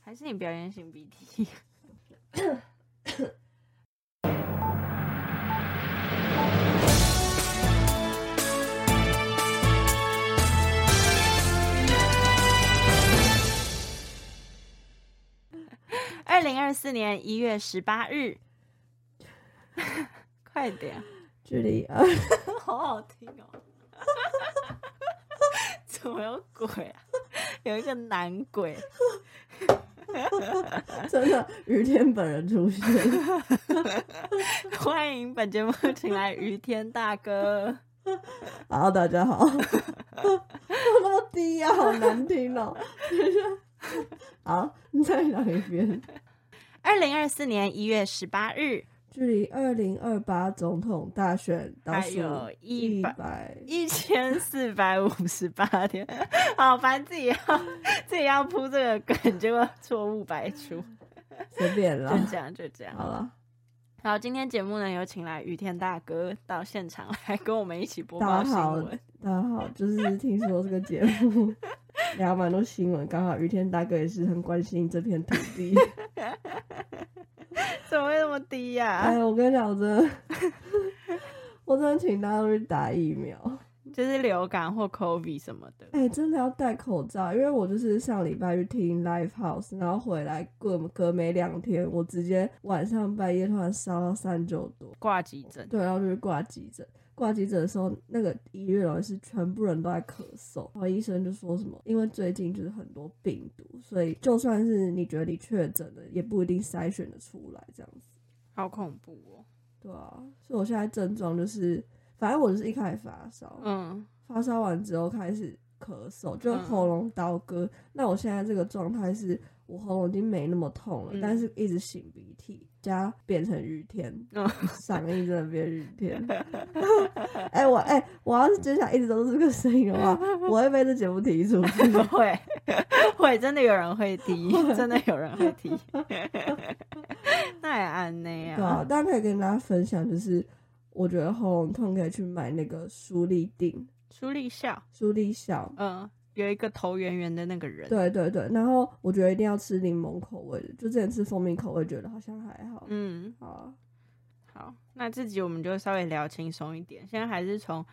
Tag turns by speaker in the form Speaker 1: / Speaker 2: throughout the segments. Speaker 1: 还是你表演型鼻涕？二零二四年一月十八日， 快点！
Speaker 2: 距离
Speaker 1: 嗯
Speaker 2: 二，
Speaker 1: 好好听哦！ 怎么有鬼啊？ 有一个男鬼，
Speaker 2: 真的于天本人出现，
Speaker 1: 欢迎本节目请来于天大哥。
Speaker 2: 好，啊大家好，那么低呀、好难听哦。好，你再讲一遍。
Speaker 1: 二零二四年一月十八日，
Speaker 2: 距离二零二八总统大选倒
Speaker 1: 还
Speaker 2: 数
Speaker 1: 有
Speaker 2: 一
Speaker 1: 一百
Speaker 2: 百，
Speaker 1: 一千四百五十八天， 好烦，自己要自己要铺这个梗，结果错误百出，
Speaker 2: 随便
Speaker 1: 就
Speaker 2: 啦。
Speaker 1: 这样就这样。
Speaker 2: 好了，
Speaker 1: 好，今天节目呢，有请来雨天大哥到现场来跟我们一起播
Speaker 2: 大
Speaker 1: 报
Speaker 2: 家
Speaker 1: 新
Speaker 2: 好
Speaker 1: 闻。
Speaker 2: 大家好，就是听说这个节目聊蛮多新闻，刚好于天大哥也是很关心这片土 地。
Speaker 1: 啊怎么会那么低呀、
Speaker 2: 哎，我跟你讲，我真的，我真的请大家都去打疫苗。
Speaker 1: 就是流感或 COVID 什么的。
Speaker 2: 哎、真的要戴口罩，因为我就是上礼拜去听 live house，然后回来隔隔没两天，我直接晚上半夜突然烧到三九多，
Speaker 1: 挂急诊，
Speaker 2: 对，然后就去挂急诊。挂急诊的时候，那个医院老师全部人都在咳嗽，然后医生就说什么，因为最近就是很多病毒，所以就算是你觉得你确诊了，也不一定筛选的出来这样子。
Speaker 1: 好恐怖哦
Speaker 2: 对啊，所以我现在症状就是，反正我就是一开始发烧，
Speaker 1: 哦。嗯，
Speaker 2: 发烧完之后开始咳嗽，就
Speaker 1: 嗯
Speaker 2: 喉咙刀割。那我现在这个状态是我喉咙已经没那么痛了，
Speaker 1: 嗯
Speaker 2: 但是一直擤鼻涕，加变成雨天，
Speaker 1: 嗯
Speaker 2: 嗓音真的变雨 天。哎、我哎、我要是接下来一直都是这个声音的话，我会被这节目踢出去。
Speaker 1: 会 会，真的有人会踢， 真的有人会 踢。那也安内
Speaker 2: 对啊
Speaker 1: 啊，，
Speaker 2: 大家可以跟大家分享，就是我觉得喉咙痛可以去买那个舒立定、
Speaker 1: 舒立笑，
Speaker 2: 舒立小。
Speaker 1: 嗯，有一个头圆圆的那个人，
Speaker 2: 对对对，然后我觉得一定要吃柠檬口味的，就之前吃蜂蜜口味觉得好像还好。
Speaker 1: 嗯，
Speaker 2: 好啊，
Speaker 1: 好，那这集我们就稍微聊轻松一点，现在还是从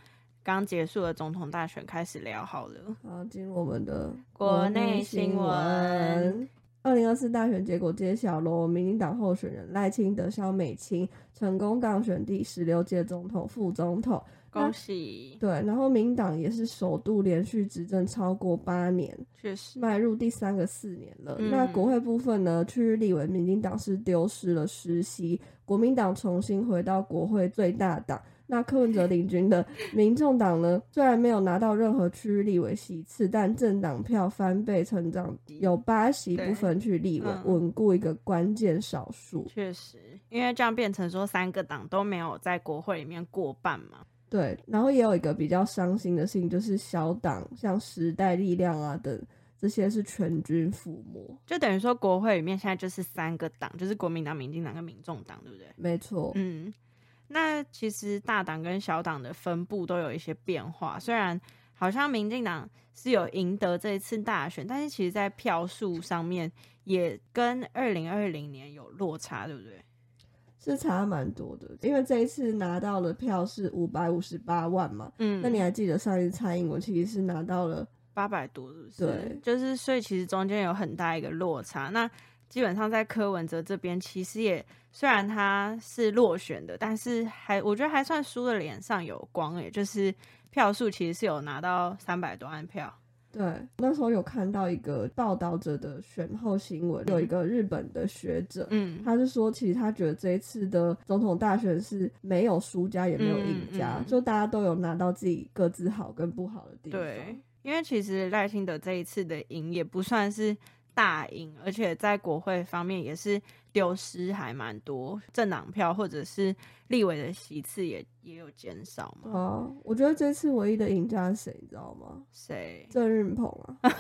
Speaker 1: 刚结束的总统大选开始聊好了。
Speaker 2: 好，进入我们的
Speaker 1: 国内新闻。
Speaker 2: 二零二四大选结果揭晓喽！民进党候选人赖清德、萧美琴成功当选第十六届总统、副总统。
Speaker 1: 恭喜，
Speaker 2: 对，然后民党也是首度连续执政超过八年，
Speaker 1: 确实，
Speaker 2: 迈入第三个四年了。
Speaker 1: 嗯
Speaker 2: 那国会部分呢，区域立委民进党是丢失了实席，国民党重新回到国会最大党。那柯文哲领军 的民众党呢，虽然没有拿到任何区域立委席次，但政党票翻倍成长，有八席
Speaker 1: 对
Speaker 2: 不分区立委
Speaker 1: 嗯，
Speaker 2: 稳固一个关键少数。
Speaker 1: 确实，因为这样变成说三个党都没有在国会里面过半嘛。
Speaker 2: 对，然后也有一个比较伤心的事情，就是小党像时代力量啊等这些是全军覆没。
Speaker 1: 就等于说国会里面现在就是三个党，就是国民党、民进党跟民众党，对不对？
Speaker 2: 没错，
Speaker 1: 嗯，那其实大党跟小党的分布都有一些变化，虽然好像民进党是有赢得这一次大选，但是其实在票数上面也跟二零二零年有落差，对不对？
Speaker 2: 是差蛮多的，因为这一次拿到的票是五百五十八万嘛。
Speaker 1: 嗯，
Speaker 2: 那你还记得上一次蔡英文其实是拿到了，
Speaker 1: 八百多是不是？
Speaker 2: 对
Speaker 1: 就是所以其实中间有很大一个落差。那基本上在柯文哲这边，其实也虽然他是落选的，但是还我觉得还算输的脸上有光、欸，也就是票数其实是有拿到三百多万票。
Speaker 2: 对，那时候有看到一个报道者的选后新闻，有一个日本的学者，
Speaker 1: 嗯，
Speaker 2: 他是说其实他觉得这一次的总统大选是没有输家也没有赢家，
Speaker 1: 嗯嗯嗯
Speaker 2: 就大家都有拿到自己各自好跟不好的地方。
Speaker 1: 对，因为其实赖清德这一次的赢也不算是大赢，而且在国会方面也是丢失还蛮多政党票或者是立委的席次也也有减少嘛。
Speaker 2: 啊，我觉得这次唯一的赢家是谁，你知道吗？
Speaker 1: 谁？
Speaker 2: 郑运鹏啊，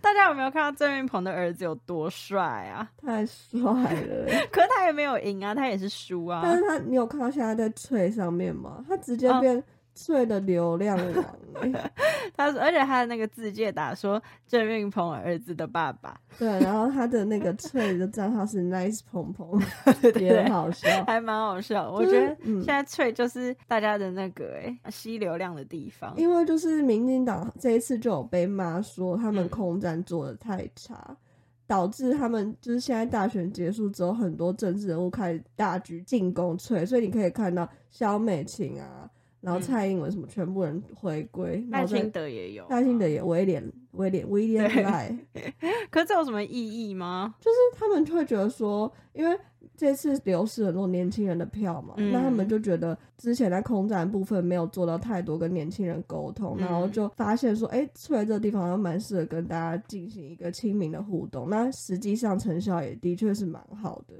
Speaker 1: 大家有没有看到郑云鹏的儿子有多帅啊？
Speaker 2: 太帅了、欸。
Speaker 1: 可
Speaker 2: 嗯
Speaker 1: 他也没有赢啊，他也是输啊。
Speaker 2: 但是他，你有看到现在在脆上面吗？他直接
Speaker 1: 嗯
Speaker 2: 变岁的流量 王、欸，
Speaker 1: 他说，而且他的那个字界打说郑运鹏儿子的爸爸，
Speaker 2: 对，然后他的那个翠的账号是 nice 鹏鹏，
Speaker 1: 对对
Speaker 2: 也
Speaker 1: 对
Speaker 2: 很好笑。
Speaker 1: 还蛮好笑。 我
Speaker 2: 就是
Speaker 1: 觉得
Speaker 2: 嗯
Speaker 1: 现在翠就是大家的那个哎、吸流量的地方。
Speaker 2: 因为就是民进党这一次就有被骂说他们
Speaker 1: 嗯
Speaker 2: 空战做的太差，导致他们就是现在大选结束之后，很多政治人物开始大举进攻翠，所以你可以看到肖美琴啊，然后
Speaker 1: 嗯
Speaker 2: 蔡英文什么全部人回归，然
Speaker 1: 赖
Speaker 2: 后再
Speaker 1: 清德也有，
Speaker 2: 赖清德也威廉威廉威廉
Speaker 1: 对
Speaker 2: 赖，
Speaker 1: 可是这有什么意义吗？
Speaker 2: 就是他们会觉得说，因为这次流失很多年轻人的票嘛，
Speaker 1: 嗯
Speaker 2: 那他们就觉得之前在空战部分没有做到太多跟年轻人沟通，
Speaker 1: 嗯
Speaker 2: 然后就发现说，哎、翠这个地方好像蛮适合跟大家进行一个亲民的互动。那实际上成效也的确是蛮好的。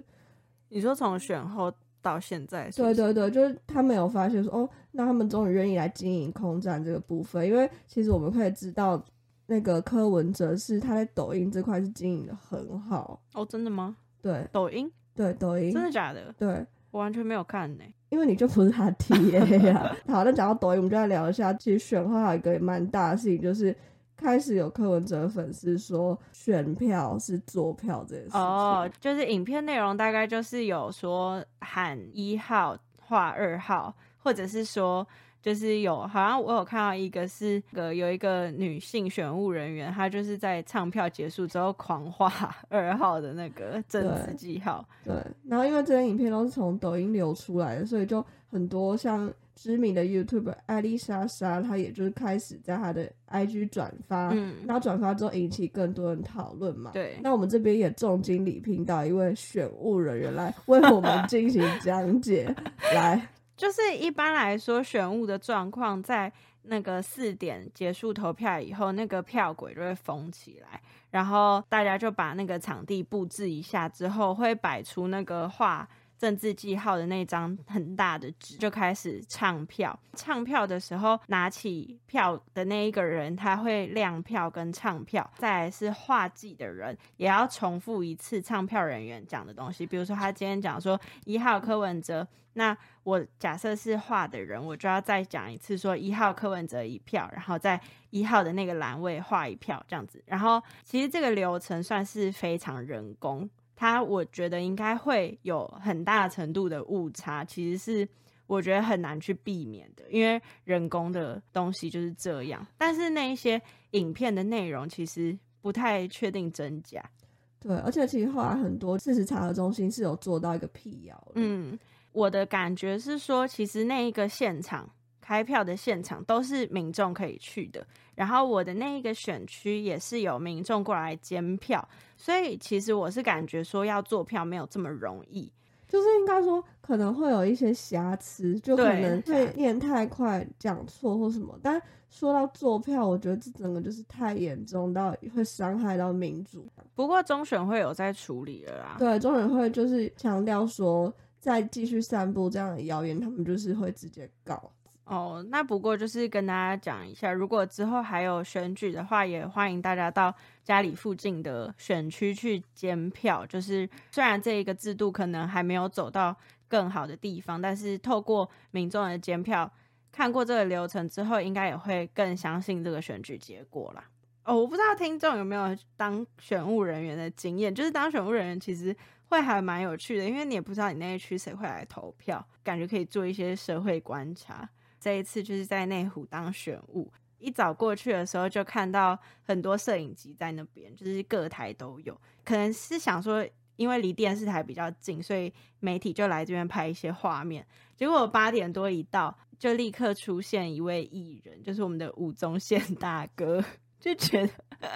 Speaker 1: 你说从选后到现在是不
Speaker 2: 对
Speaker 1: 是，
Speaker 2: 对对，就是他们有发现说，哦，那他们终于愿意来经营空战这个部分，因为其实我们可以知道，那个柯文哲是他在抖音这块是经营的很好。
Speaker 1: 哦，真的吗？
Speaker 2: 对
Speaker 1: 抖音
Speaker 2: 对，抖音
Speaker 1: 真的假的？
Speaker 2: 对。
Speaker 1: 我完全没有看呢、
Speaker 2: 因为你就不是他 TA 啊。 好，那讲到抖音，我们就来聊一下，其实选后还有一个蛮大的事情，就是开始有柯文哲的粉丝说选票是做票这件事情。
Speaker 1: 哦，就是影片内容大概就是有说喊一号、画二号，或者是说就是有好像我有看到一个是个有一个女性选务人员，她就是在唱票结束之后狂画二号的那个政治
Speaker 2: 对
Speaker 1: 记号，
Speaker 2: 对，然后因为这些影片都是从抖音流出来的，所以就很多像知名的 YouTuber 艾丽莎莎，她也就是开始在她的 IG 转发，
Speaker 1: 嗯，
Speaker 2: 然后转发之后引起更多人讨论嘛。
Speaker 1: 对，
Speaker 2: 那我们这边也重金礼聘到一位选务人员来为 我们进行讲解，来。
Speaker 1: 就是一般来说选务的状况在。那个四点结束投票以后，那个票轨就会封起来，然后大家就把那个场地布置一下之后，会摆出那个画政治记号的那张很大的纸，就开始唱票。唱票的时候，拿起票的那一个人，他会亮票跟唱票，再来是画记的人也要重复一次唱票人员讲的东西，比如说他今天讲说一号柯文哲，那我假设是画的人，我就要再讲一次说一号柯文哲一票，然后再一号的那个栏位画一票这样子。然后其实这个流程算是非常人工，它我觉得应该会有很大程度的误差，其实是我觉得很难去避免的，因为人工的东西就是这样。但是那一些影片的内容其实不太确定真假，
Speaker 2: 对，而且其实后来很多事实查核中心是有做到一个辟谣的，
Speaker 1: 嗯，我的感觉是说，其实那一个现场开票的现场都是民众可以去的，然后我的那一个选区也是有民众过来监票，所以其实我是感觉说要做票没有这么容易。
Speaker 2: 就是应该说可能会有一些瑕疵，就可
Speaker 1: 对
Speaker 2: 能会念太快、讲错或什么。但说到做票，我觉得这整个就是太严重到会伤害到民主。
Speaker 1: 不过中选会有在处理了啦，
Speaker 2: 对，中委会就是强调说，再继续散布这样的谣言，他们就是会直接告。
Speaker 1: 哦，那不过就是跟大家讲一下，如果之后还有选举的话，也欢迎大家到家里附近的选区去监票。就是虽然这一个制度可能还没有走到更好的地方，但是透过民众的监票，看过这个流程之后，应该也会更相信这个选举结果啦。哦，我不知道听众有没有当选务人员的经验，就是当选务人员其实会还蛮有趣的，因为你也不知道你那一区谁会来投票，感觉可以做一些社会观察。这一次就是在内湖当选务。一早过去的时候，就看到很多摄影机在那边，就是各台都有。可能是想说，因为离电视台比较近，所以媒体就来这边拍一些画面。结果八点多一到，就立刻出现一位艺人，就是我们的吴宗宪大哥，就觉得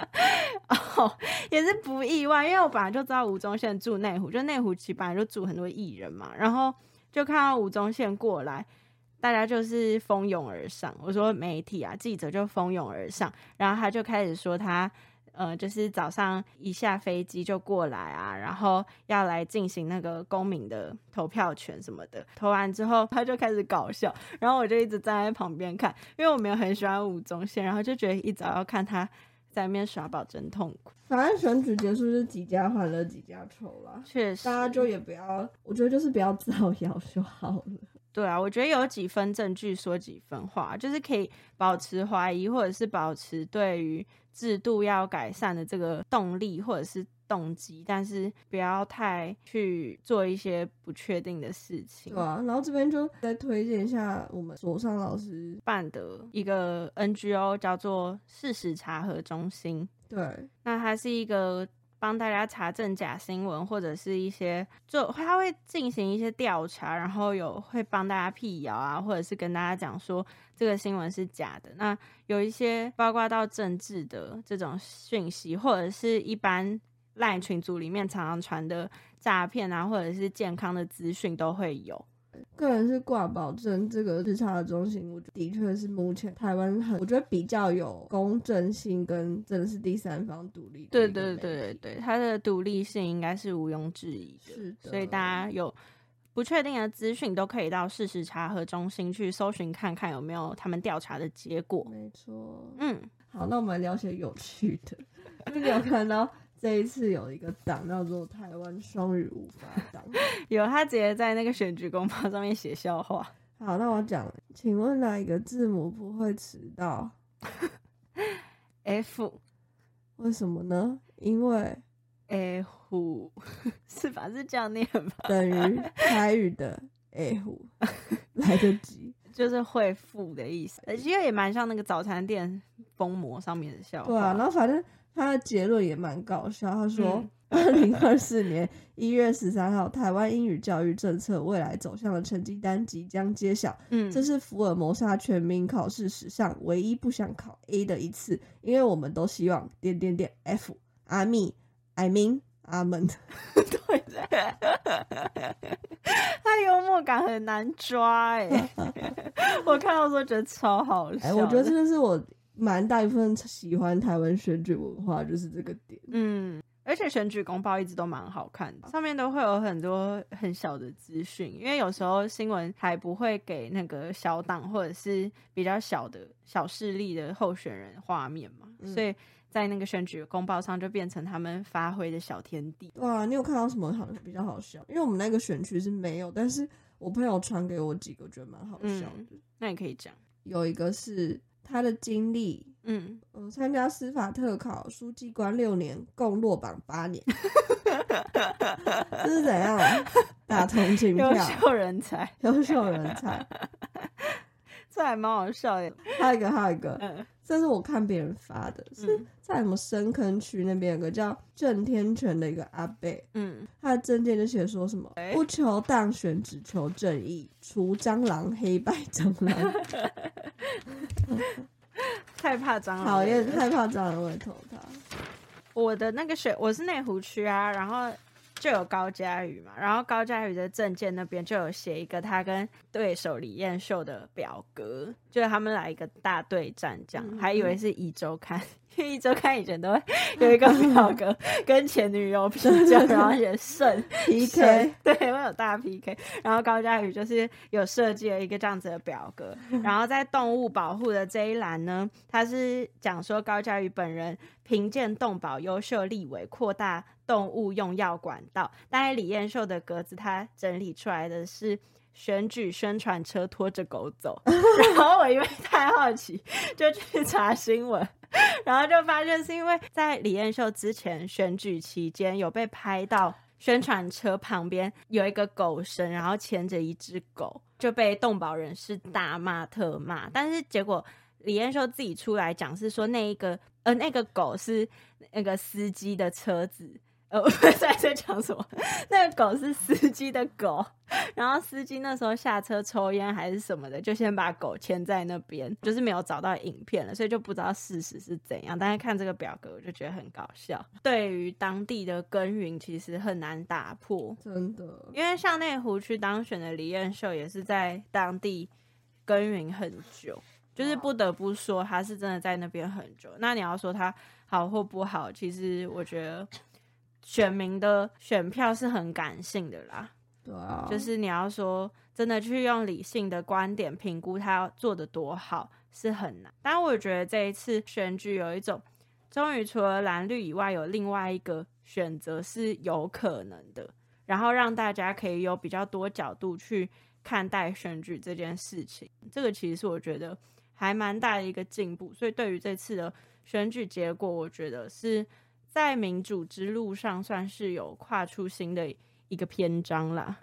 Speaker 1: 哦，也是不意外，因为我本来就知道吴宗宪住内湖，就内湖其实本来就住很多艺人嘛，然后就看到吴宗宪过来，大家就是蜂拥而上。我说媒体啊，记者就蜂拥而上，然后他就开始说他。呃，就是早上一下飞机就过来啊，然后要来进行那个公民的投票权什么的。投完之后，他就开始搞笑，然后我就一直站在旁边看，因为我没有很喜欢吴宗宪，然后就觉得一早要看他在那边耍宝真痛苦。
Speaker 2: 反正选举结束是几家欢乐几家愁啦，
Speaker 1: 确实，
Speaker 2: 大家就也不要，我觉得就是不要造谣就好了。
Speaker 1: 对啊，我觉得有几分证据说几分话，就是可以保持怀疑，或者是保持对于制度要改善的这个动力或者是动机，但是不要太去做一些不确定的事情
Speaker 2: 对。啊，然后这边就再推荐一下我们左上老师，
Speaker 1: 办的一个 NGO 叫做事实查核中心，
Speaker 2: 对
Speaker 1: 那它是一个帮大家查证假新闻或者是一些做，它会进行一些调查，然后有会帮大家辟谣啊，或者是跟大家讲说这个新闻是假的。那有一些包括到政治的这种讯息，或者是一般赖群组里面常常传的诈骗啊，或者是健康的资讯都会有。
Speaker 2: 个人是挂保证这个视察的中心，我觉得的确是目前台湾很，我觉得比较有公正性跟真的是第三方独立的
Speaker 1: 对
Speaker 2: 一个
Speaker 1: 对
Speaker 2: 媒
Speaker 1: 对对
Speaker 2: 体，
Speaker 1: 对，它的独立性应该是毋庸置疑的。
Speaker 2: 是的，
Speaker 1: 所以大家有不确定的资讯，都可以到事实查核中心去搜寻看看有没有他们调查的结果。
Speaker 2: 没错，
Speaker 1: 嗯，
Speaker 2: 好，那我们来聊些有趣的。就是你有看到这一次有一个党叫做台湾双语无法党。
Speaker 1: 有他直接在那个选举公报上面写笑话，
Speaker 2: 好，那我讲，请问哪一个字母不会迟到？
Speaker 1: F
Speaker 2: 为什么呢？因为
Speaker 1: A 虎 是吧？是这样念吧？
Speaker 2: 等于台语的 A 虎 来得及。
Speaker 1: 就是会富的意思，呃其实也蛮像那个早餐店封膜上面的笑话。
Speaker 2: 对啊，然后反正他的结论也蛮搞笑，他说
Speaker 1: 嗯。
Speaker 2: 二零二四年一月十三号，台湾英语教育政策未来走向的成绩单即将揭晓。
Speaker 1: 嗯，
Speaker 2: 这是福尔摩沙全民考试史上唯一不想考 A 的一次，因为我们都希望点点点 F 阿密 I mean 阿门。
Speaker 1: 对的，他幽默感很难抓哎、 我看到的时候觉得超好笑的。
Speaker 2: 哎，我觉得这个是我蛮大一部分喜欢台湾选举文化，就是这个点。
Speaker 1: 嗯，而且选举公报一直都蛮好看的，上面都会有很多很小的资讯，因为有时候新闻还不会给那个小党或者是比较小的小势力的候选人画面嘛，
Speaker 2: 嗯
Speaker 1: 所以在那个选举公报上就变成他们发挥的小天地。
Speaker 2: 对啊，你有看到什么好比较好笑？因为我们那个选区是没有，但是我朋友传给我几个，觉得蛮好笑的。
Speaker 1: 那你可以讲，
Speaker 2: 有一个是他的经历，
Speaker 1: 嗯，
Speaker 2: 嗯，参加司法特考，书记官六年，共落榜八年，这是怎样啊？打同情票
Speaker 1: 优，秀人才，
Speaker 2: 优秀人才。
Speaker 1: 这还蛮好笑的。
Speaker 2: 还有一个，还有一个，
Speaker 1: 嗯
Speaker 2: 这是我看别人发的，是
Speaker 1: 嗯
Speaker 2: 在什么深坑区那边有个叫郑天全的一个阿伯，
Speaker 1: 嗯，
Speaker 2: 他的证件就写说什么
Speaker 1: 哎
Speaker 2: 不求当选，只求正义，除蟑螂、黑白蟑螂，
Speaker 1: 害怕蟑螂，
Speaker 2: 讨 厌害怕蟑螂会投他。
Speaker 1: 我的那个学我是内湖区啊，然后就有高佳宇嘛，然后高佳宇的证件那边就有写一个他跟对手李彦秀的表格，就是他们来一个大对战这样，
Speaker 2: 嗯
Speaker 1: 还以为是一周刊， 因为一周刊以前都会有一个表格跟前女友比较，然后写胜
Speaker 2: PK
Speaker 1: 胜 对，会有大 PK。然后高佳宇就是有设计了一个这样子的表格，然后在动物保护的这一栏呢，他是讲说高佳宇本人评鉴动保优秀立委，扩大动物用药管道。但是李彦秀的格子，他整理出来的是。选举宣传车拖着狗走， 然后我因为太好奇，就去查新闻，然后就发现是因为在李彦秀之前选举期间有被拍到宣传车旁边有一个狗绳，然后牵着一只狗，就被动保人士大骂特骂。但是结果李彦秀自己出来讲是说那一个呃那个狗是那个司机的车子。 呃，我在在讲什么？ 那个狗是司机的狗，然后司机那时候下车抽烟还是什么的，就先把狗牵在那边，就是没有找到影片了，所以就不知道事实是怎样。但是看这个表格，我就觉得很搞笑。对于当地的耕耘，其实很难打破，
Speaker 2: 真的，
Speaker 1: 因为像内湖区当选的李彦秀也是在当地耕耘很久，就是不得不说他是真的在那边很久。那你要说他好或不好，其实我觉得选民的选票是很感性的啦。
Speaker 2: 对啊，
Speaker 1: 就是你要说真的去用理性的观点评估他做的多好是很难，但我觉得这一次选举有一种，终于除了蓝绿以外，有另外一个选择是有可能的，然后让大家可以有比较多角度去看待选举这件事情。这个其实是我觉得还蛮大的一个进步，所以对于这次的选举结果，我觉得是在民主之路上算是有跨出新的一个篇章啦。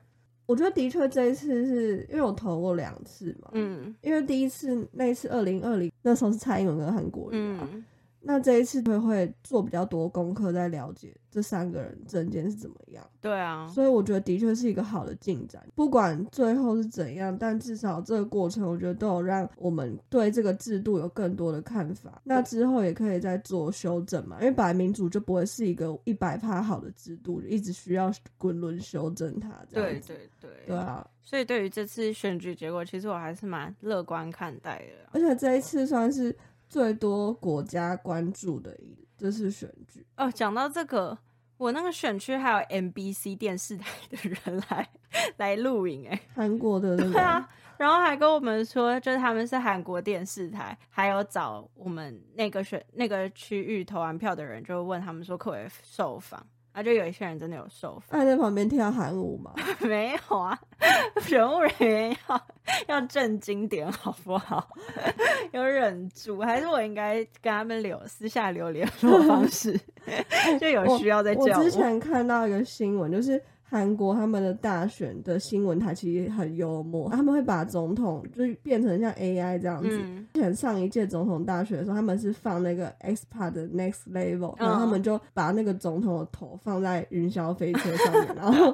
Speaker 2: 我觉得的确这一次是因为我投过两次嘛，
Speaker 1: 嗯
Speaker 2: 因为第一次那一次二零二零那时候是蔡英文跟韩国瑜啊，
Speaker 1: 嗯
Speaker 2: 那这一次会会做比较多功课，在了解这三个人证件是怎么样。
Speaker 1: 对啊，
Speaker 2: 所以我觉得的确是一个好的进展，不管最后是怎样，但至少这个过程，我觉得都有让我们对这个制度有更多的看法。那之后也可以再做修正嘛，因为本来民主就不会是一个一百趴好的制度，一直需要滚轮修正它。这样
Speaker 1: 对
Speaker 2: 子
Speaker 1: 对对
Speaker 2: 对啊，
Speaker 1: 所以对于这次选举结果，其实我还是蛮乐观看待的啊啦。
Speaker 2: 而且这一次算是最多国家关注的一这次选举，
Speaker 1: 哦，讲到这个，我那个选区还有 MBC 电视台的人来 来录影哎、
Speaker 2: 韩国的那个
Speaker 1: 对啊，然后还跟我们说，就是他们是韩国电视台，还有找我们那个选那个区域投完票的人，就问他们说可不可以受访，啊，就有一些人真的有受访，
Speaker 2: 爱在旁边跳韩舞嘛，
Speaker 1: 没有啊，人物人员要要正经点好不好？ 要忍住，还是我应该跟他们留私下留联络方式， 就有需要再
Speaker 2: 我
Speaker 1: 叫
Speaker 2: 之前看到一个新闻，就是韩国他们的大选的新闻台其实很幽默，他们会把总统就是变成像 AI 这样子。
Speaker 1: 嗯。
Speaker 2: 之前上一届总统大选的时候，他们是放那个 X Part 的 Next Level，然
Speaker 1: 嗯
Speaker 2: 后他们就把那个总统的头放在云霄飞车上面，然 后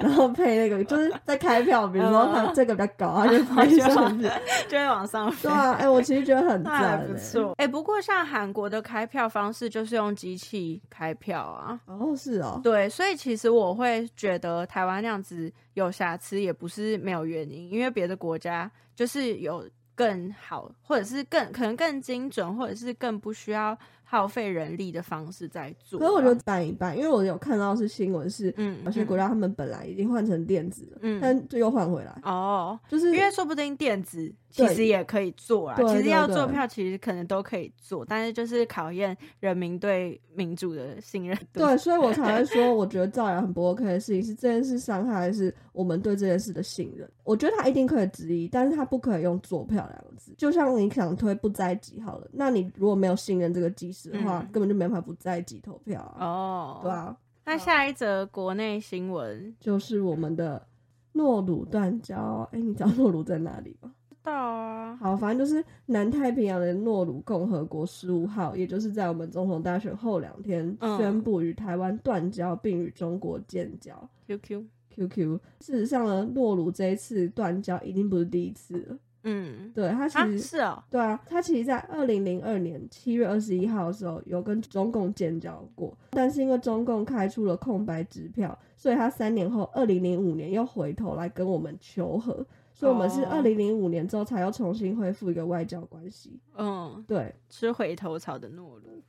Speaker 2: 然后配那个就是在开票，比如说他这个比较高， 他就
Speaker 1: 嗯
Speaker 2: 放
Speaker 1: 就
Speaker 2: 上去。
Speaker 1: 就会往上飞
Speaker 2: 对。啊，哎、我其实觉得 很
Speaker 1: 那还
Speaker 2: 赞、
Speaker 1: 不
Speaker 2: 欸。
Speaker 1: 错，哎、不过像韩国的开票方式就是用机器开票啊，
Speaker 2: 哦，是哦，
Speaker 1: 对，所以其实我会觉得台湾那样子有瑕疵也不是没有原因，因为别的国家就是有更好，或者是更可能更精准，或者是更不需要耗费人力的方式在做啊。
Speaker 2: 可是我觉得办一办，因为我有看到是新闻是，
Speaker 1: 嗯，嗯，
Speaker 2: 有些国家他们本来已经换成电子了，
Speaker 1: 嗯
Speaker 2: 但就又换回来，
Speaker 1: 哦，
Speaker 2: 就是
Speaker 1: 因为说不定电子其实
Speaker 2: 对
Speaker 1: 也可以做啦，
Speaker 2: 对
Speaker 1: 其实
Speaker 2: 对
Speaker 1: 要
Speaker 2: 对
Speaker 1: 做票，其实可能都可以做，但是就是考验人民对民主的信任度。
Speaker 2: 对，所以我才会说，我觉得造谣很不 OK 的事情是这件事伤害的是我们对这件事的信任。我觉得他一定可以质疑，但是他不可以用做票两个字。就像你想推不在籍好了，那你如果没有信任这个机制的话，
Speaker 1: 嗯
Speaker 2: 根本就没办法不在籍投票啊。
Speaker 1: 哦，
Speaker 2: 对。啊，
Speaker 1: 那下一则国内新闻，
Speaker 2: 就是我们的诺鲁断交。哎、你知道诺鲁在哪里吗？
Speaker 1: 知道啊，
Speaker 2: 好，反正就是南太平洋的诺鲁共和国十五号，也就是在我们总统大选后两天
Speaker 1: 嗯
Speaker 2: 宣布与台湾断交，并与中国建交。
Speaker 1: QQ，
Speaker 2: QQ，事实上呢，诺鲁这一次断交已经不是第一次了。
Speaker 1: 嗯，
Speaker 2: 对他其
Speaker 1: 啊
Speaker 2: 实、
Speaker 1: 是哦，
Speaker 2: 对啊，他其实，在二零零二年七月二十一号的时候，有跟中共建交过，但是因为中共开出了空白支票，所以他三年后，二零零五年又回头来跟我们求和，所以我们是
Speaker 1: 哦
Speaker 2: 二零零五年之后才又重新恢复一个外交关系。
Speaker 1: 嗯，
Speaker 2: 对，
Speaker 1: 吃回头草的诺鲁，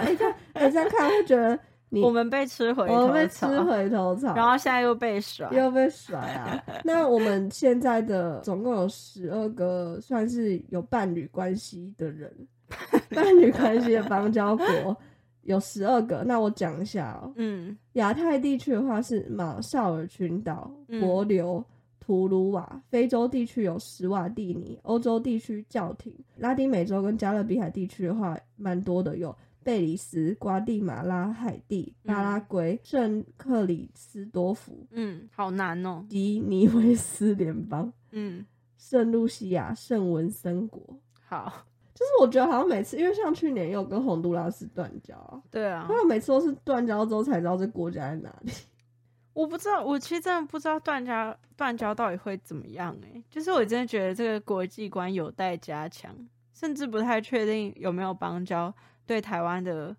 Speaker 2: 哎、这样哎、这样看会觉得你
Speaker 1: 我们被吃回
Speaker 2: 我们
Speaker 1: 头
Speaker 2: 被吃
Speaker 1: 草，
Speaker 2: 回头草，
Speaker 1: 然后现在又被甩，
Speaker 2: 又被甩啊！那我们现在的总共有十二个算是有伴侣关系的人，伴侣关系的邦交国有十二个。那我讲一下哦，
Speaker 1: 嗯，
Speaker 2: 亚太地区的话是马绍尔群岛、
Speaker 1: 嗯
Speaker 2: 帛琉、图卢瓦；非洲地区有史瓦蒂尼；欧洲地区教廷；拉丁美洲跟加勒比海地区的话，蛮多的有。贝里斯、瓜地马拉、海地、巴拉圭、圣克里斯多福、
Speaker 1: 嗯，好难哦，
Speaker 2: 及尼维斯联邦、
Speaker 1: 嗯，
Speaker 2: 圣露西亚、圣文森国。
Speaker 1: 好，
Speaker 2: 就是我觉得好像每次，因为像去年也有跟洪都拉斯断交啊，
Speaker 1: 对 啊，
Speaker 2: 然后每次都是断交之后才知道这国家在哪里。
Speaker 1: 我不知道，我其实真的不知道断交断交到底会怎么样哎、就是我真的觉得这个国际观有待加强，甚至不太确定有没有邦交对台湾的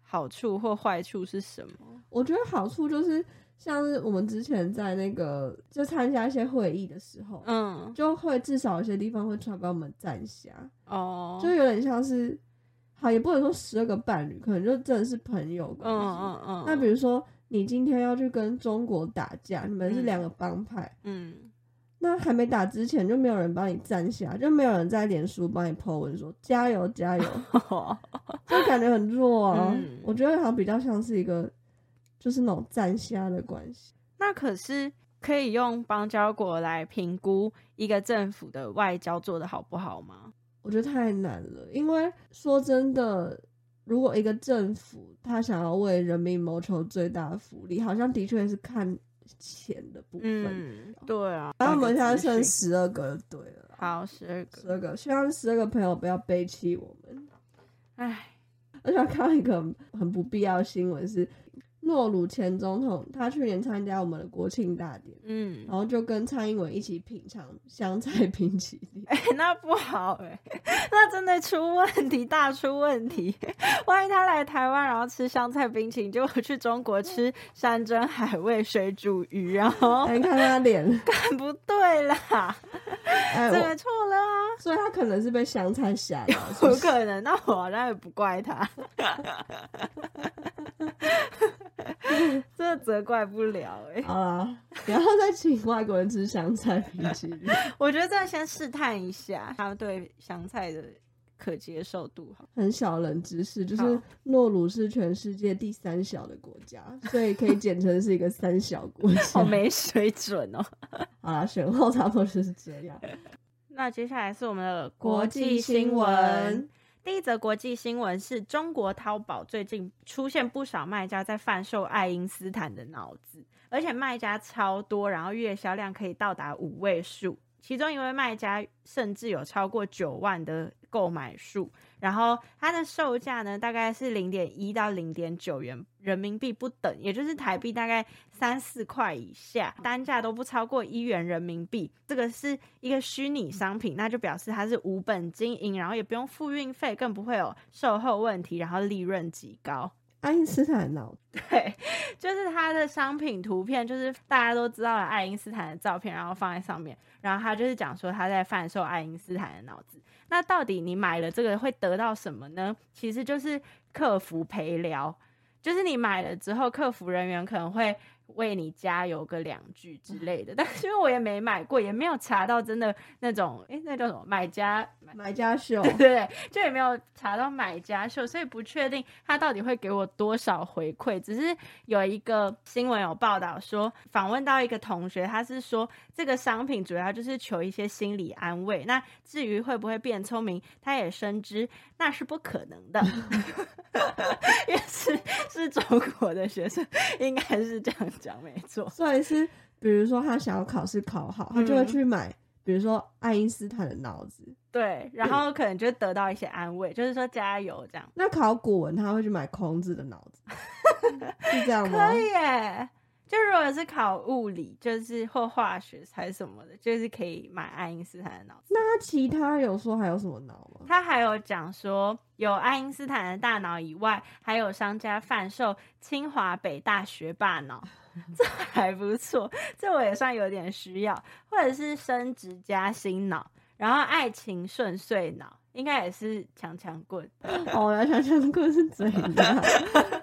Speaker 1: 好处或坏处是什么。
Speaker 2: 我觉得好处就是，像是我们之前在那个就参加一些会议的时候，
Speaker 1: 嗯，
Speaker 2: 就会至少有些地方会传帮我们站下，
Speaker 1: 哦，
Speaker 2: 就有点像是，好也不能说十二个伴侣，可能就真的是朋友
Speaker 1: 嗯
Speaker 2: 关系。
Speaker 1: 嗯嗯，
Speaker 2: 那比如说你今天要去跟中国打架，你们是
Speaker 1: 嗯
Speaker 2: 两个帮派。
Speaker 1: 嗯，
Speaker 2: 那还没打之前就没有人帮你站下，就没有人在脸书帮你 po 文说加 油加油，就感觉很弱啊。
Speaker 1: 嗯
Speaker 2: 我觉得好像比较像是一个就是那种站下的关系。
Speaker 1: 那可是。可以用邦交国来评估一个政府的外交做得好不好吗？
Speaker 2: 我觉得太难了，因为说真的，如果一个政府他想要为人民谋求最大的福利，好像的确是看钱的部分。
Speaker 1: 嗯，对啊。
Speaker 2: 然后我们现在
Speaker 1: 换
Speaker 2: 剩
Speaker 1: 个资讯
Speaker 2: 十二个就对了啦，
Speaker 1: 好十二
Speaker 2: 十
Speaker 1: 个，
Speaker 2: 二个，希望十二个朋友不要背弃我们。
Speaker 1: 哎，
Speaker 2: 而且我看到一个很很不必要的新闻是，诺鲁前总统他去年参加我们的国庆大典，
Speaker 1: 嗯
Speaker 2: 然，后就跟蔡英文一起品尝香菜冰淇淋。
Speaker 1: 那不好哎、那真的出问题，大出问题。 万一他来台湾，然后吃香菜冰淇淋，结果去中国吃山珍海味、水煮鱼，然后
Speaker 2: 哎，你看他脸，
Speaker 1: 很不对啦，
Speaker 2: 哎，
Speaker 1: 这
Speaker 2: 我
Speaker 1: 个错了啊，
Speaker 2: 所以他可能是被香菜吓到，是不
Speaker 1: 有
Speaker 2: 是
Speaker 1: 可能。那我好像也不怪他，这责怪不了哎、
Speaker 2: 好啦，不要再请外国人吃香菜冰淇 淋。
Speaker 1: 我觉得这先试探一下他对香菜的可接受度好。
Speaker 2: 很小冷知识，就是
Speaker 1: 好
Speaker 2: 诺鲁是全世界第三小的国家，所以可以简称是一个三小国家。
Speaker 1: 好哦没水准哦！
Speaker 2: 好啦，选后差不多就是这样。
Speaker 1: 那接下来是我们的闻。第一则国际新闻是中国淘宝最近出现不少卖家在贩售爱因斯坦的脑子，而且卖家超多，然后月销量可以到达五位数。其中一位卖家甚至有超过九万的购买数，然后它的售价呢大概是零点一到零点九元人民币不等，也就是台币大概三四块以下，单价都不超过一元人民币。这个是一个虚拟商品，那就表示它是无本经营，然后也不用付运费，更不会有售后问题，然后利润极高。
Speaker 2: 爱因斯坦脑
Speaker 1: 对，就是它的商品图片，就是大家都知道的爱因斯坦的照片，然后放在上面，然后他就是讲说他在贩售爱因斯坦的脑子。那到底你买了这个会得到什么呢？其实就是客服陪聊，就是你买了之后，客服人员可能会为你加油个两句之类的。但是因为我也没买过，也没有查到真的那种，诶，那叫什么买家买
Speaker 2: 买 家秀，
Speaker 1: 对，就也没有查到买家秀，所以不确定他到底会给我多少回馈。只是有一个新闻有报道说，访问到一个同学，他是说这个商品主要就是求一些心理安慰。那至于会不会变聪明，他也深知那是不可能的，因为是是中国的学生，应该是这样讲没错。
Speaker 2: 所以是比如说他想要考试考好，他就会
Speaker 1: 嗯
Speaker 2: 去买，比如说爱因斯坦的脑子。
Speaker 1: 对，然后可能就得到一些安慰，就是说加油这样。
Speaker 2: 那考古文他会去买孔子的脑子，是这样吗
Speaker 1: 可？以耶，就如果是考物理，就是或化学还是什么的，就是可以买爱因斯坦的脑子。
Speaker 2: 那其他有说还有什么脑吗？
Speaker 1: 他还有讲说，有爱因斯坦的大脑以外，还有商家贩售清华北大学霸脑， 这还不错，这我也算有点需要，或者是升职加薪脑，然后爱情顺遂脑，应该也是强强棍。
Speaker 2: 哦，来想想过是怎 样，啊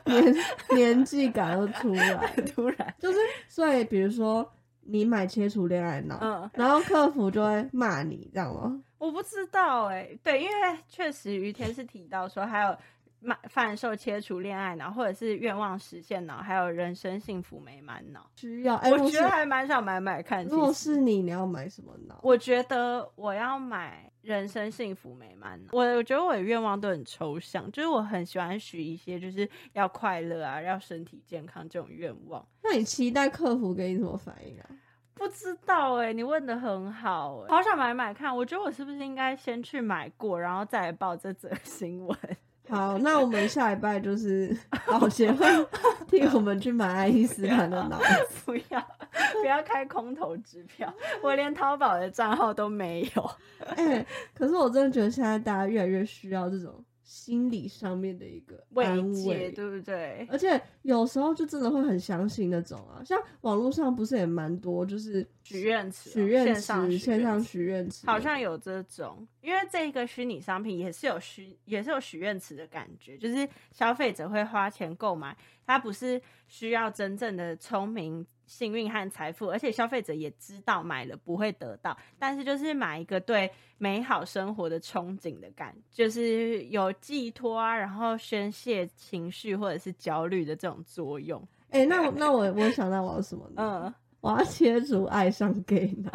Speaker 2: 年年纪感又出来，
Speaker 1: 突然，
Speaker 2: 就是所以比如说你买切除恋爱脑，
Speaker 1: 嗯。
Speaker 2: 然后客服就会骂你，这样吗？
Speaker 1: 我不知道哎、对，因为确实于天是提到说还有卖贩售切除恋爱脑，或者是愿望实现脑，还有人生幸福美满脑。
Speaker 2: 需要哎，
Speaker 1: 我
Speaker 2: 如果
Speaker 1: 觉得
Speaker 2: 是
Speaker 1: 还蛮想买买看。
Speaker 2: 如果
Speaker 1: 其实
Speaker 2: 是你，你要买什么脑？
Speaker 1: 我觉得我要买人生幸福美满脑。我我觉得我的愿望都很抽象，就是我很喜欢许一些就是要快乐啊，要身体健康这种愿望。
Speaker 2: 那你期待客服给你什么反应啊？
Speaker 1: 不知道哎、你问的很好哎、好想买买看。我觉得我是不是应该先去买过，然后再来报这则 新闻？
Speaker 2: 好，那我们下礼拜就是 保 协会替我们去买爱因斯坦的脑子。
Speaker 1: 不要不要开空头支票，我连淘宝的账号都没有。
Speaker 2: 哎、可是我真的觉得现在大家越来越需要这种心理上面的一个安
Speaker 1: 戒，
Speaker 2: 慰，
Speaker 1: 对不对？
Speaker 2: 而且有时候就真的会很相信那种啊，像网络上不是也蛮多，就是
Speaker 1: 许愿池哦
Speaker 2: 许愿
Speaker 1: 线上
Speaker 2: 池、
Speaker 1: 许
Speaker 2: 线
Speaker 1: 愿
Speaker 2: 上
Speaker 1: 池
Speaker 2: 许愿池，
Speaker 1: 好像有这种，因为这个虚拟商品也是有许也是有许愿池的感觉，就是消费者会花钱购买，他不是需要真正的聪明、幸运和财富，而且消费者也知道买了不会得到，但是就是买一个对美好生活的憧憬的感觉，就是有寄托啊，然后宣泄情绪或者是焦虑的这种作用。
Speaker 2: 哎、那我那我我想到我要什么呢？
Speaker 1: 嗯，
Speaker 2: 我要切除爱上 gay 男，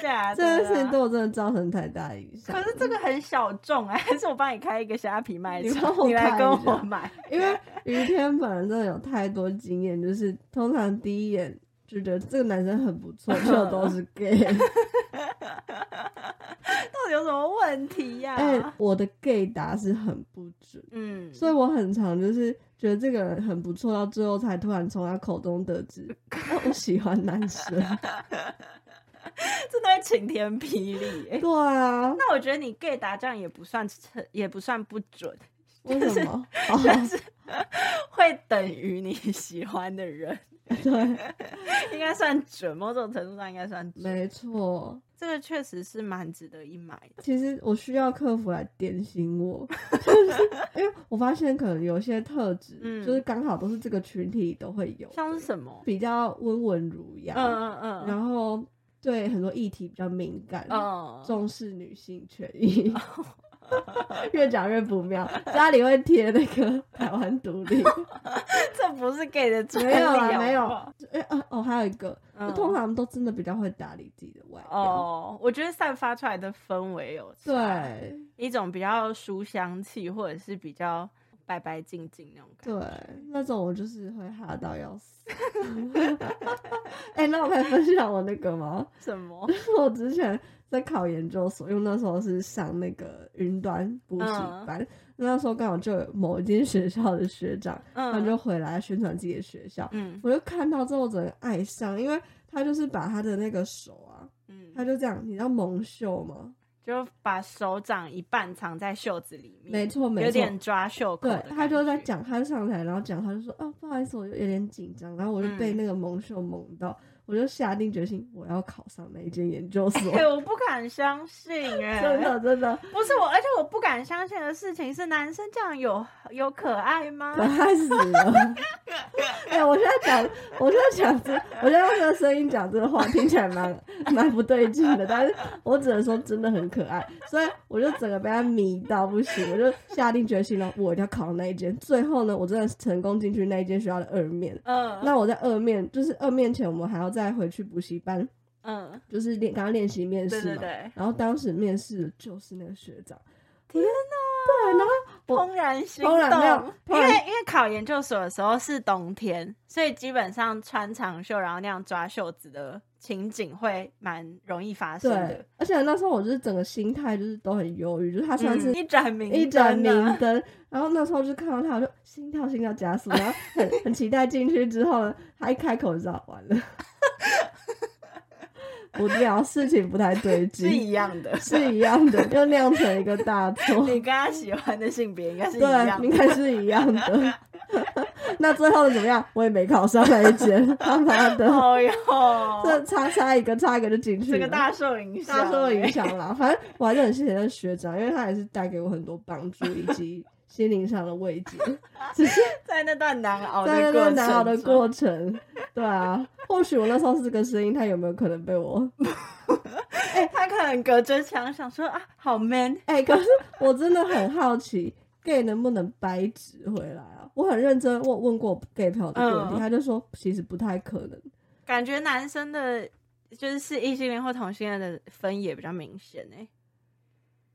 Speaker 1: 对啊，
Speaker 2: 这件事
Speaker 1: 对啊
Speaker 2: 情对我真的造成太大影响。
Speaker 1: 可是这个很小众哎、 还是我帮你开一个虾皮卖
Speaker 2: 你
Speaker 1: 场
Speaker 2: 帮，我
Speaker 1: 你来
Speaker 2: 看
Speaker 1: 跟
Speaker 2: 一下
Speaker 1: 我 买。
Speaker 2: 因为于天本人真的有太多经验，就是通常第一眼就觉得这个男生很不错，就都 是 gay。
Speaker 1: 啊到底有什么问题呀、
Speaker 2: 哎、我的 gay 答是很不准，
Speaker 1: 嗯，
Speaker 2: 所以我很常就是觉得这个人很不错，到最后才突然从他口中得知哦我喜欢男 生。
Speaker 1: 真的会晴天霹雳、哎
Speaker 2: 对啊，
Speaker 1: 那我觉得你 gay 打这样也不算测，也不算不准，
Speaker 2: 为
Speaker 1: 就是
Speaker 2: 什么？ 哦，
Speaker 1: 会等于你喜欢的人，
Speaker 2: 对，
Speaker 1: 应该算准，某种程度上应该算准。
Speaker 2: 没错。
Speaker 1: 这个确实是蛮值得一买的。
Speaker 2: 其实我需要客服来点醒我，就是因为我发现可能有些特质，
Speaker 1: 嗯
Speaker 2: 就是刚好都是这个群体都会有的，
Speaker 1: 像是什么？
Speaker 2: 比较温文儒雅，
Speaker 1: 嗯嗯嗯
Speaker 2: 然后对很多议题比较敏感，
Speaker 1: 嗯哦嗯，
Speaker 2: 重视女性权益。 越讲越不妙，家里会贴那 个台湾独立，
Speaker 1: 这不是 gay 的专利，
Speaker 2: 没有啦，没
Speaker 1: 好不
Speaker 2: 有
Speaker 1: 好。
Speaker 2: 哎、啊哦，还有一个，就
Speaker 1: 嗯
Speaker 2: 通常都真的比较会打理自己的外表，
Speaker 1: 哦，我觉得散发出来的氛围有差，
Speaker 2: 对
Speaker 1: 一种比较书香气，或者是比较白白净净那种感
Speaker 2: 对
Speaker 1: 觉。，
Speaker 2: 那种我就是会哈到要死。 哎、那我可以分享我那个吗？
Speaker 1: 什么？
Speaker 2: 我之前在考研究所，因为那时候是上那个云端补习
Speaker 1: 嗯
Speaker 2: 班，那时候刚好就有某一间学校的学长，他就
Speaker 1: 嗯
Speaker 2: 回来宣传自己的学校，
Speaker 1: 嗯
Speaker 2: 我就看到之后，我整个爱上，因为他就是把他的那个手啊，
Speaker 1: 嗯，
Speaker 2: 他就这样，你知道蒙袖吗？
Speaker 1: 就把手掌一半藏在袖子里面，
Speaker 2: 没错，没
Speaker 1: 有
Speaker 2: 错。
Speaker 1: 点抓袖口的
Speaker 2: 对
Speaker 1: 感觉。
Speaker 2: 他就在 讲，他上台，然后讲，他就说：“啊，不好意思，我有点紧张。”然后我就被
Speaker 1: 嗯
Speaker 2: 那个蒙袖蒙到，我就下定决心，我要考上那一间研究所。
Speaker 1: 哎、我不敢相 信、哎，
Speaker 2: 真的，真的，
Speaker 1: 不是我，而且我不敢相信的事情是，男生这样有有可爱吗
Speaker 2: 可？爱死了！哎、我现在讲，我现在讲这，我现在用这个声音讲这个话，听起来蛮蛮不对劲的，但是我只能说真的很可爱，所以我就整个被他迷到不行，我就下定决心了，我一定要考那一间。最后呢，我真的成功进去那一间学校的二面。
Speaker 1: 嗯，
Speaker 2: 那我在二面，就是二面前，我们还要再回去补习班，
Speaker 1: 嗯，
Speaker 2: 就是练刚刚练习面试
Speaker 1: 对
Speaker 2: 嘛。
Speaker 1: 对对，
Speaker 2: 然后当时面试的就是那个学长，我
Speaker 1: 怦然心
Speaker 2: 怦
Speaker 1: 动，
Speaker 2: 然没有
Speaker 1: 因为
Speaker 2: 怦然
Speaker 1: 因为考研究所的时候是冬天，所以基本上穿长袖，然后那样抓袖子的情景会蛮容易发生
Speaker 2: 对
Speaker 1: 的。，
Speaker 2: 而且那时候我就是整个心态就是都很忧郁，就是他算是
Speaker 1: 嗯一盏明
Speaker 2: 一盏明
Speaker 1: 灯啊，
Speaker 2: 灯。然后那时候就看到他，我就心跳心跳加速，然后 很很期待进去之后呢，他一开口就知道完了， 不妙，事情不太对
Speaker 1: 是
Speaker 2: 劲，
Speaker 1: 一样的。
Speaker 2: 是一样的，又酿成一个大错。
Speaker 1: 你跟他喜欢的性别应该是一样
Speaker 2: 对，
Speaker 1: 的
Speaker 2: 应。该是一样的。 那最后怎么样？我也没考上那一间，他妈的，
Speaker 1: 哦哟，
Speaker 2: 这差差一个差一个就进去
Speaker 1: 这个
Speaker 2: 了。
Speaker 1: 大受影 响，
Speaker 2: 大受影
Speaker 1: 欸。
Speaker 2: 响啦。反正我还是很谢谢那学长，因为他也是带给我很多帮助以及心灵上的慰藉，只 是
Speaker 1: 在那段难熬的
Speaker 2: 在那
Speaker 1: 过程，
Speaker 2: 个难熬的，过程。对啊，或许我那时候是这个声音，他有没有可能被我？
Speaker 1: 哎他可能隔着墙想说啊，好 man，
Speaker 2: 哎、可是我真的很好奇，gay 能不能掰直回来啊？我很认真，我有问过 gay 朋友这个问题，
Speaker 1: 嗯
Speaker 2: 他就说其实不太可能。
Speaker 1: 感觉男生的，就是是异性恋或同性恋的分野比较明显哎、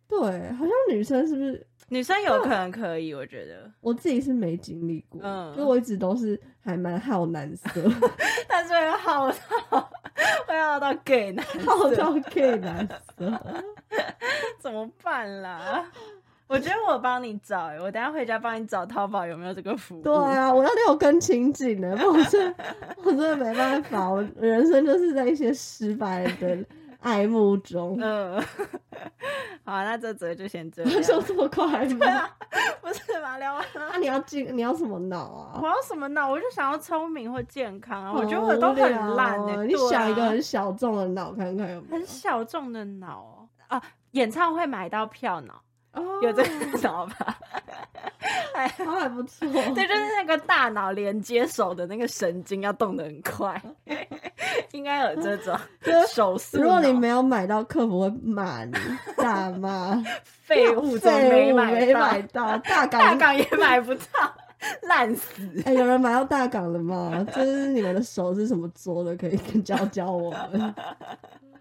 Speaker 2: 对，好像女生是不是？
Speaker 1: 女生有可能可以，我觉得，
Speaker 2: 我自己是没经历过，
Speaker 1: 嗯
Speaker 2: 就我一直都是还蛮好男色，
Speaker 1: 但是会耗到会耗到 gay 男生，
Speaker 2: 好到 gay 男色。
Speaker 1: 怎么办啦？我觉得我帮你找、欸，我等一下回家帮你找淘宝有没有这个服务。
Speaker 2: 对啊，我要六根清净的，不然我真的我真的没办法，我人生就是在一些失败的爱慕中。
Speaker 1: 嗯， 啊好、那这则就先 这
Speaker 2: 就
Speaker 1: 样。
Speaker 2: 这么快吗？
Speaker 1: 不是嘛，聊完了
Speaker 2: 那、。你要进，你要什么脑
Speaker 1: 我
Speaker 2: 啊？
Speaker 1: 要什么呢？我就想要聪明或健康啊！我觉得我都很烂
Speaker 2: 好
Speaker 1: 哎、欸
Speaker 2: 无聊哦你
Speaker 1: 对啊
Speaker 2: 想一个很小众的脑看看有没有
Speaker 1: 很？小众的脑哦啊！演唱会买到票脑，
Speaker 2: 哦
Speaker 1: 有这个脑吧？
Speaker 2: 好还不错。
Speaker 1: 对，就是那个大脑连接手的那个神经要动得很快，应该有这种
Speaker 2: 就是
Speaker 1: 手速脑。
Speaker 2: 如果你没有买到，客服会骂你，大骂
Speaker 1: 废物，怎么
Speaker 2: 废
Speaker 1: 没
Speaker 2: 物
Speaker 1: 买
Speaker 2: 没
Speaker 1: 到？
Speaker 2: 买到，大
Speaker 1: 大
Speaker 2: 港
Speaker 1: 港也买不到，烂死！
Speaker 2: 哎、有人买到大港了吗？就是你们的手是什么做的？可以教教我们。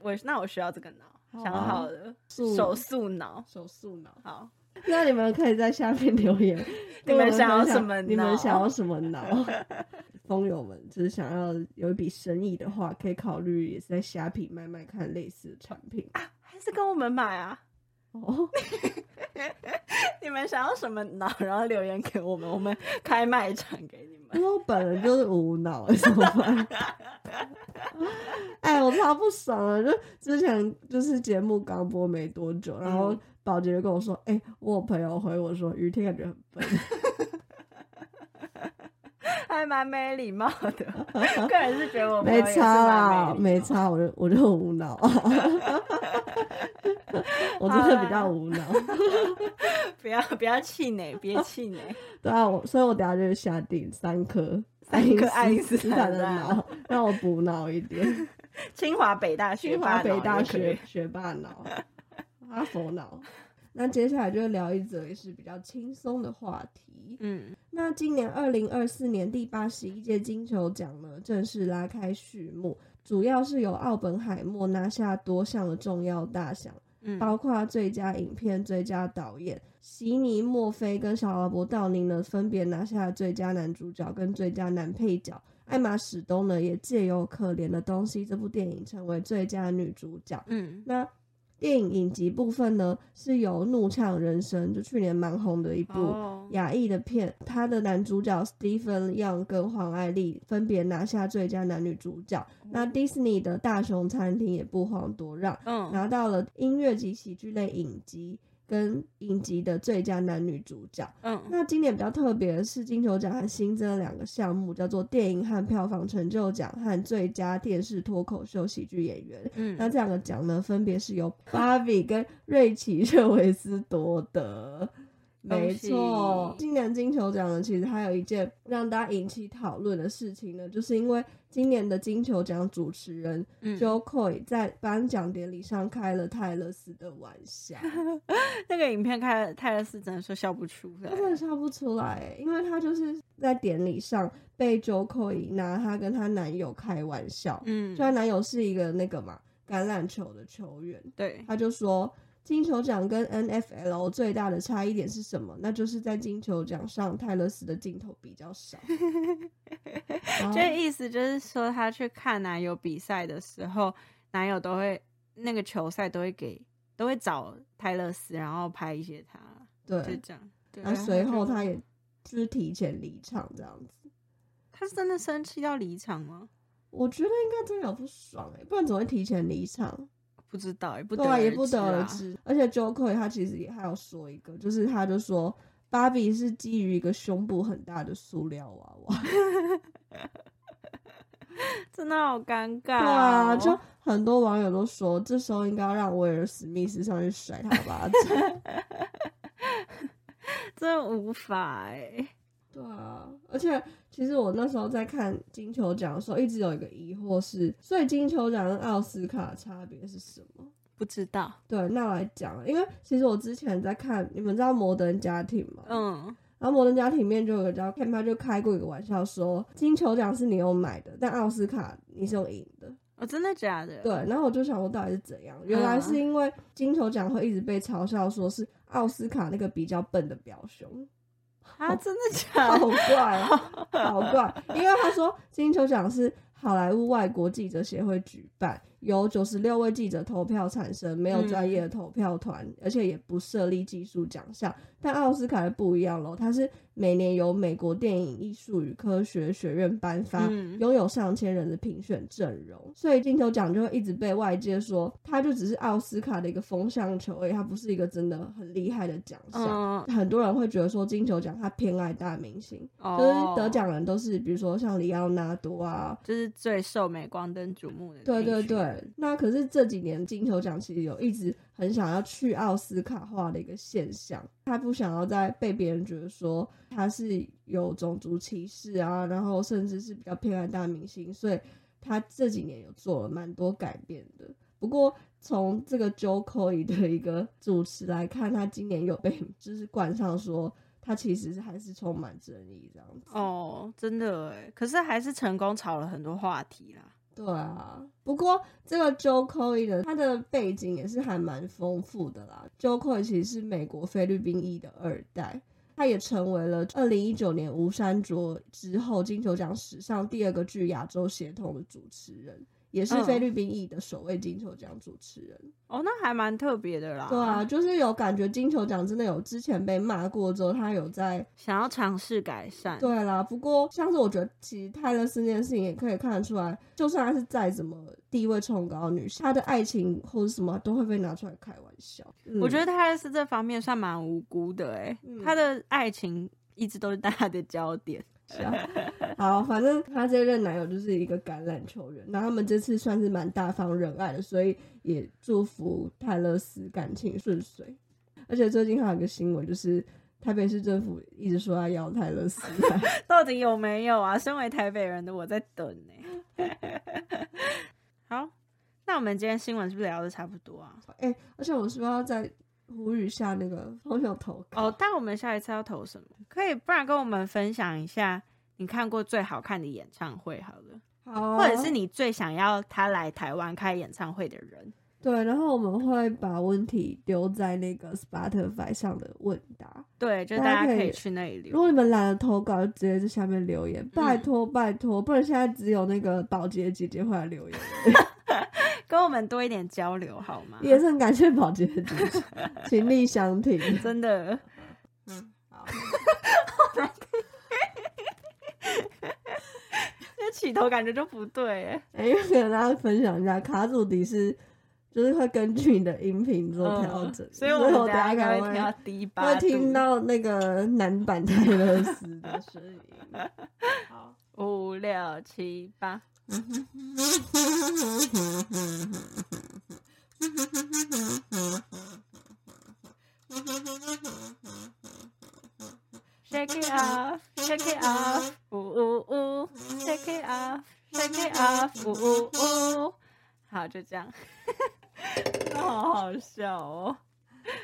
Speaker 1: 我那我需要这个脑，
Speaker 2: 好啊
Speaker 1: 想好了，
Speaker 2: 素
Speaker 1: 手速脑。
Speaker 2: 手速脑，
Speaker 1: 好，
Speaker 2: 那你们可以在下面留言，
Speaker 1: 你
Speaker 2: 跟我
Speaker 1: 们想要
Speaker 2: 分享
Speaker 1: 什么
Speaker 2: 你
Speaker 1: 脑
Speaker 2: 们想要什么脑？ 风友们，就是想要有一笔生意的话，可以考虑也是在虾皮卖卖看类似的产品。
Speaker 1: 还是跟我们买啊？
Speaker 2: 哦，
Speaker 1: 你们想要什么脑，然后留言给我们，我们开卖场给你们。
Speaker 2: 因为我本人就是无脑，怎么办？ 哎，我超不爽了！就之前就是节目刚播没多久，然后
Speaker 1: 嗯
Speaker 2: 宝洁就跟我说：“哎、我有朋友回我说，于天感觉很笨。
Speaker 1: 还蛮没礼貌的，个人是觉得我”朋友
Speaker 2: 没
Speaker 1: 也是
Speaker 2: 差啦，
Speaker 1: 蛮
Speaker 2: 没
Speaker 1: 礼貌的。
Speaker 2: 差，我就我就很无 脑，我真的比较无脑。
Speaker 1: 不要不要气馁，别气馁。
Speaker 2: 对啊，我所以我等下就下定三颗
Speaker 1: 三颗爱因
Speaker 2: 斯
Speaker 1: 斯坦
Speaker 2: 坦的
Speaker 1: 的啊脑
Speaker 2: 脑，让我补脑一点。
Speaker 1: 清华北大 学
Speaker 2: 清
Speaker 1: 霸
Speaker 2: 华
Speaker 1: 脑
Speaker 2: 北大
Speaker 1: 就可以
Speaker 2: 学学霸脑，哈佛脑。那接下来就聊一则也是比较轻松的话题。
Speaker 1: 嗯，
Speaker 2: 那今年二零二四年第八十一届金球奖呢，正式拉开序幕，主要是由奥本海默拿下多项的重要大奖，
Speaker 1: 嗯
Speaker 2: 包括最佳影片、最佳导演。席尼·墨菲跟小劳勃·道尼呢，分别拿下最佳男主角跟最佳男配角。艾玛·史东呢，也借由《可怜的东西》这部电影成为最佳女主角。
Speaker 1: 嗯
Speaker 2: 那电影影集部分呢，是由《怒呛人生》就去年蛮红的一部
Speaker 1: 哦，
Speaker 2: 亚裔的片，他的男主角 Stephen Young 跟黄爱丽分别拿下最佳男女主角。
Speaker 1: 哦
Speaker 2: 那 Disney 的《大熊餐厅》也不遑多让，
Speaker 1: 嗯
Speaker 2: 拿到了音乐及喜剧类影集跟影集的最佳男女主角。
Speaker 1: 嗯
Speaker 2: 那今年比较特别的是，金球奖还新增了两个项目，叫做电影和票房成就奖和最佳电视脱口秀喜剧演员。那
Speaker 1: 嗯，
Speaker 2: 这两个奖呢，分别是由芭比跟瑞奇·热维斯夺得。没错
Speaker 1: 恭喜，
Speaker 2: 今年金球奖呢，其实还有一件让大家引起讨论的事情呢，就是因为今年的金球奖主持人
Speaker 1: 嗯
Speaker 2: Joe Coy 在颁奖典礼上开了泰勒斯的玩笑，
Speaker 1: 那个影片看了泰勒斯真的说笑不出来
Speaker 2: 我，真的笑不出来，欸因为他就是在典礼上被 Joe Coy 拿他跟她男友开玩笑，
Speaker 1: 嗯
Speaker 2: 就，她男友是一个那个嘛橄榄球的球员，
Speaker 1: 对，
Speaker 2: 他就说金球奖跟 NFL 最大的差异点是什么？那就是在金球奖上泰勒斯的镜头比较 少。然后
Speaker 1: 这意思就是说他去看男友比赛的时候，男友都会那个球赛都会给都会找泰勒斯，然后拍一些他，就
Speaker 2: 对，
Speaker 1: 这样。对，啊
Speaker 2: 那随后
Speaker 1: 就
Speaker 2: 他也就是提前离场这样子。
Speaker 1: 他是真的生气要离场吗？
Speaker 2: 我觉得应该真的有不爽哎、不然怎么会提前离场？
Speaker 1: 不知道，也不
Speaker 2: 对
Speaker 1: 得
Speaker 2: 啊，
Speaker 1: 而
Speaker 2: 也不得而
Speaker 1: 啊。
Speaker 2: 知。而且 Joker 他其实也还有说一个，就是他就说芭比是基于一个胸部很大的塑料娃娃。
Speaker 1: 真的好尴尬、哦。
Speaker 2: 对啊，就很多网友都说，这时候应该要让威尔史密斯上去甩他巴掌。
Speaker 1: 真的无法哎、
Speaker 2: 对啊，而且其实我那时候在看金球奖的时候，一直有一个疑惑是，所以金球奖跟奥斯卡差别是什么？
Speaker 1: 不知道。
Speaker 2: 对，那我来讲，因为其实我之前在看，你们知道《摩登家庭》吗？
Speaker 1: 嗯，
Speaker 2: 然后《摩登家庭》里面就有个叫 Ken，他就开过一个玩笑说，金球奖是你用买的，但奥斯卡你是用赢的。
Speaker 1: 哦，真的假的？
Speaker 2: 对，然后我就想说到底是怎样？原来是因为金球奖会一直被嘲笑说是奥斯卡那个比较笨的表兄，
Speaker 1: 啊，真的假
Speaker 2: 好
Speaker 1: 的？
Speaker 2: 怪哦， 好怪！因为他说金球奖是好莱坞外国记者协会举办，由九十六位记者投票产生，没有专业的投票团，而且也不设立技术奖项。但奥斯卡就不一样喽，它是每年由美国电影艺术与科学学院颁发，
Speaker 1: 嗯
Speaker 2: 拥有上千人的评选阵容，所以金球奖就会一直被外界说，它就只是奥斯卡的一个风向球而已，它不是一个真的很厉害的奖项。
Speaker 1: 嗯，
Speaker 2: 很多人会觉得说金球奖它偏爱大明星，就是
Speaker 1: 哦，
Speaker 2: 得奖人都是比如说像里奥纳多啊。
Speaker 1: 就是最受镁光灯瞩目的。
Speaker 2: 对对对，，那可是这几年金球奖其实有一直很想要去奥斯卡化的一个现象，他不想要再被别人觉得说他是有种族歧视啊，然后甚至是比较偏爱大明星，所以他这几年有做了蛮多改变的。不过从 这个 Joe Coy 的一个主持来看，他今年有被就是冠上说它其实是还是充满争议这样子。
Speaker 1: 哦，真的哎，可是还是成功炒了很多话题啦。
Speaker 2: 对啊，不过这个 Joe Coy 的他的背景也是还蛮丰富的啦。Joe Coy 其实是美国菲律宾裔的二代，他也成为了二零一九年吴山卓之后金球奖史上第二个具亚洲血统的主持人，也是
Speaker 1: 嗯
Speaker 2: 菲律宾裔的首位金球奖主持人。
Speaker 1: 哦，那还蛮特别的啦。
Speaker 2: 对啊，，就是有感觉金球奖真的有之前被骂过之后，他有在
Speaker 1: 想要尝试改善。
Speaker 2: 对啦，不过像是我觉得，其实泰勒斯这件事情也可以看得出来，就算她是再怎么地位崇高的女性，她的爱情或者什么都会被拿出来开玩笑。嗯
Speaker 1: 我觉
Speaker 2: 得
Speaker 1: 得泰勒斯这方面算蛮无辜的哎、
Speaker 2: 嗯
Speaker 1: 他的爱情一直都是大家的焦点。
Speaker 2: 是啊，好，反正她这任男友就是一个橄榄球人，那他们这次算是蛮大方仁爱的，所以也祝福泰勒斯感情顺遂。而且最近还有一个新闻，就是台北市政府一直说要邀泰勒斯来。
Speaker 1: 到底有没有啊？身为台北人的我在等呢、好，那我们今天新闻是不是聊的差不多啊？
Speaker 2: 哎、而且我是不是要再呼吁一下那个朋友投稿？
Speaker 1: 哦，但我们下一次要投什么？可以，不然跟我们分享一下你看过最好看的演唱会好了，
Speaker 2: 好啊，
Speaker 1: 或者是你最想要他来台湾开演唱会的人。
Speaker 2: 对，然后我们会把问题丢在那个 Spotify 上的问答。
Speaker 1: 对，就
Speaker 2: 大
Speaker 1: 大家
Speaker 2: 家可
Speaker 1: 可
Speaker 2: 以
Speaker 1: 以去那里
Speaker 2: 如
Speaker 1: 留。
Speaker 2: 果你们懒得投稿，就直接在下面留言，拜
Speaker 1: 嗯
Speaker 2: 托拜托，不然现在只有那个保洁姐姐会来 留言。
Speaker 1: 跟我们多一点交流好吗？
Speaker 2: 也是很感谢保洁姐姐， 情力 相挺。
Speaker 1: 真的，
Speaker 2: 好，
Speaker 1: 这起头感觉就不对哎。
Speaker 2: 哎、又跟大家分享一下，卡祖笛是就是会根据你的音频做调整、
Speaker 1: 嗯所以我们
Speaker 2: 等
Speaker 1: 等下
Speaker 2: 下
Speaker 1: 应
Speaker 2: 可
Speaker 1: 该
Speaker 2: 能
Speaker 1: 会
Speaker 2: 会
Speaker 1: 听到低八
Speaker 2: 会
Speaker 1: 度
Speaker 2: 听到那个男版泰勒斯的声 音。好。
Speaker 1: 五六七八。Shake it off, shake it off, 呜呜呜，Shake it off, shake it off, 呜呜呜。好，就这样， 真的好好笑哦。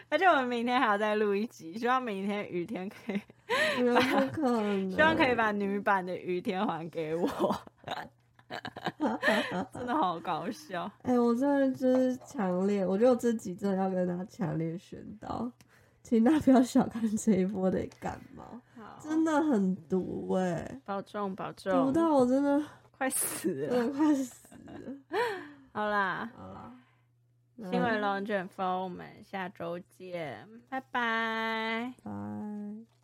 Speaker 1: 而且我们明天还要再录一集，希望明天雨天可以，
Speaker 2: 有不可能，啊
Speaker 1: 希望可以把女版的雨天还给我，真的好搞笑。
Speaker 2: 哎、我真的就是强烈，我觉得我自己真的要跟大家强烈宣导，请大家不要小看这一波的感冒，
Speaker 1: 好，
Speaker 2: 真的很毒哎、
Speaker 1: 保重，保
Speaker 2: 毒
Speaker 1: 重，
Speaker 2: 到嗯我真的
Speaker 1: 快死了。
Speaker 2: 真的快死了。
Speaker 1: 好啦，
Speaker 2: 好啦，
Speaker 1: 新
Speaker 2: 那
Speaker 1: 闻龙卷风，我们下周见，拜拜。
Speaker 2: 拜。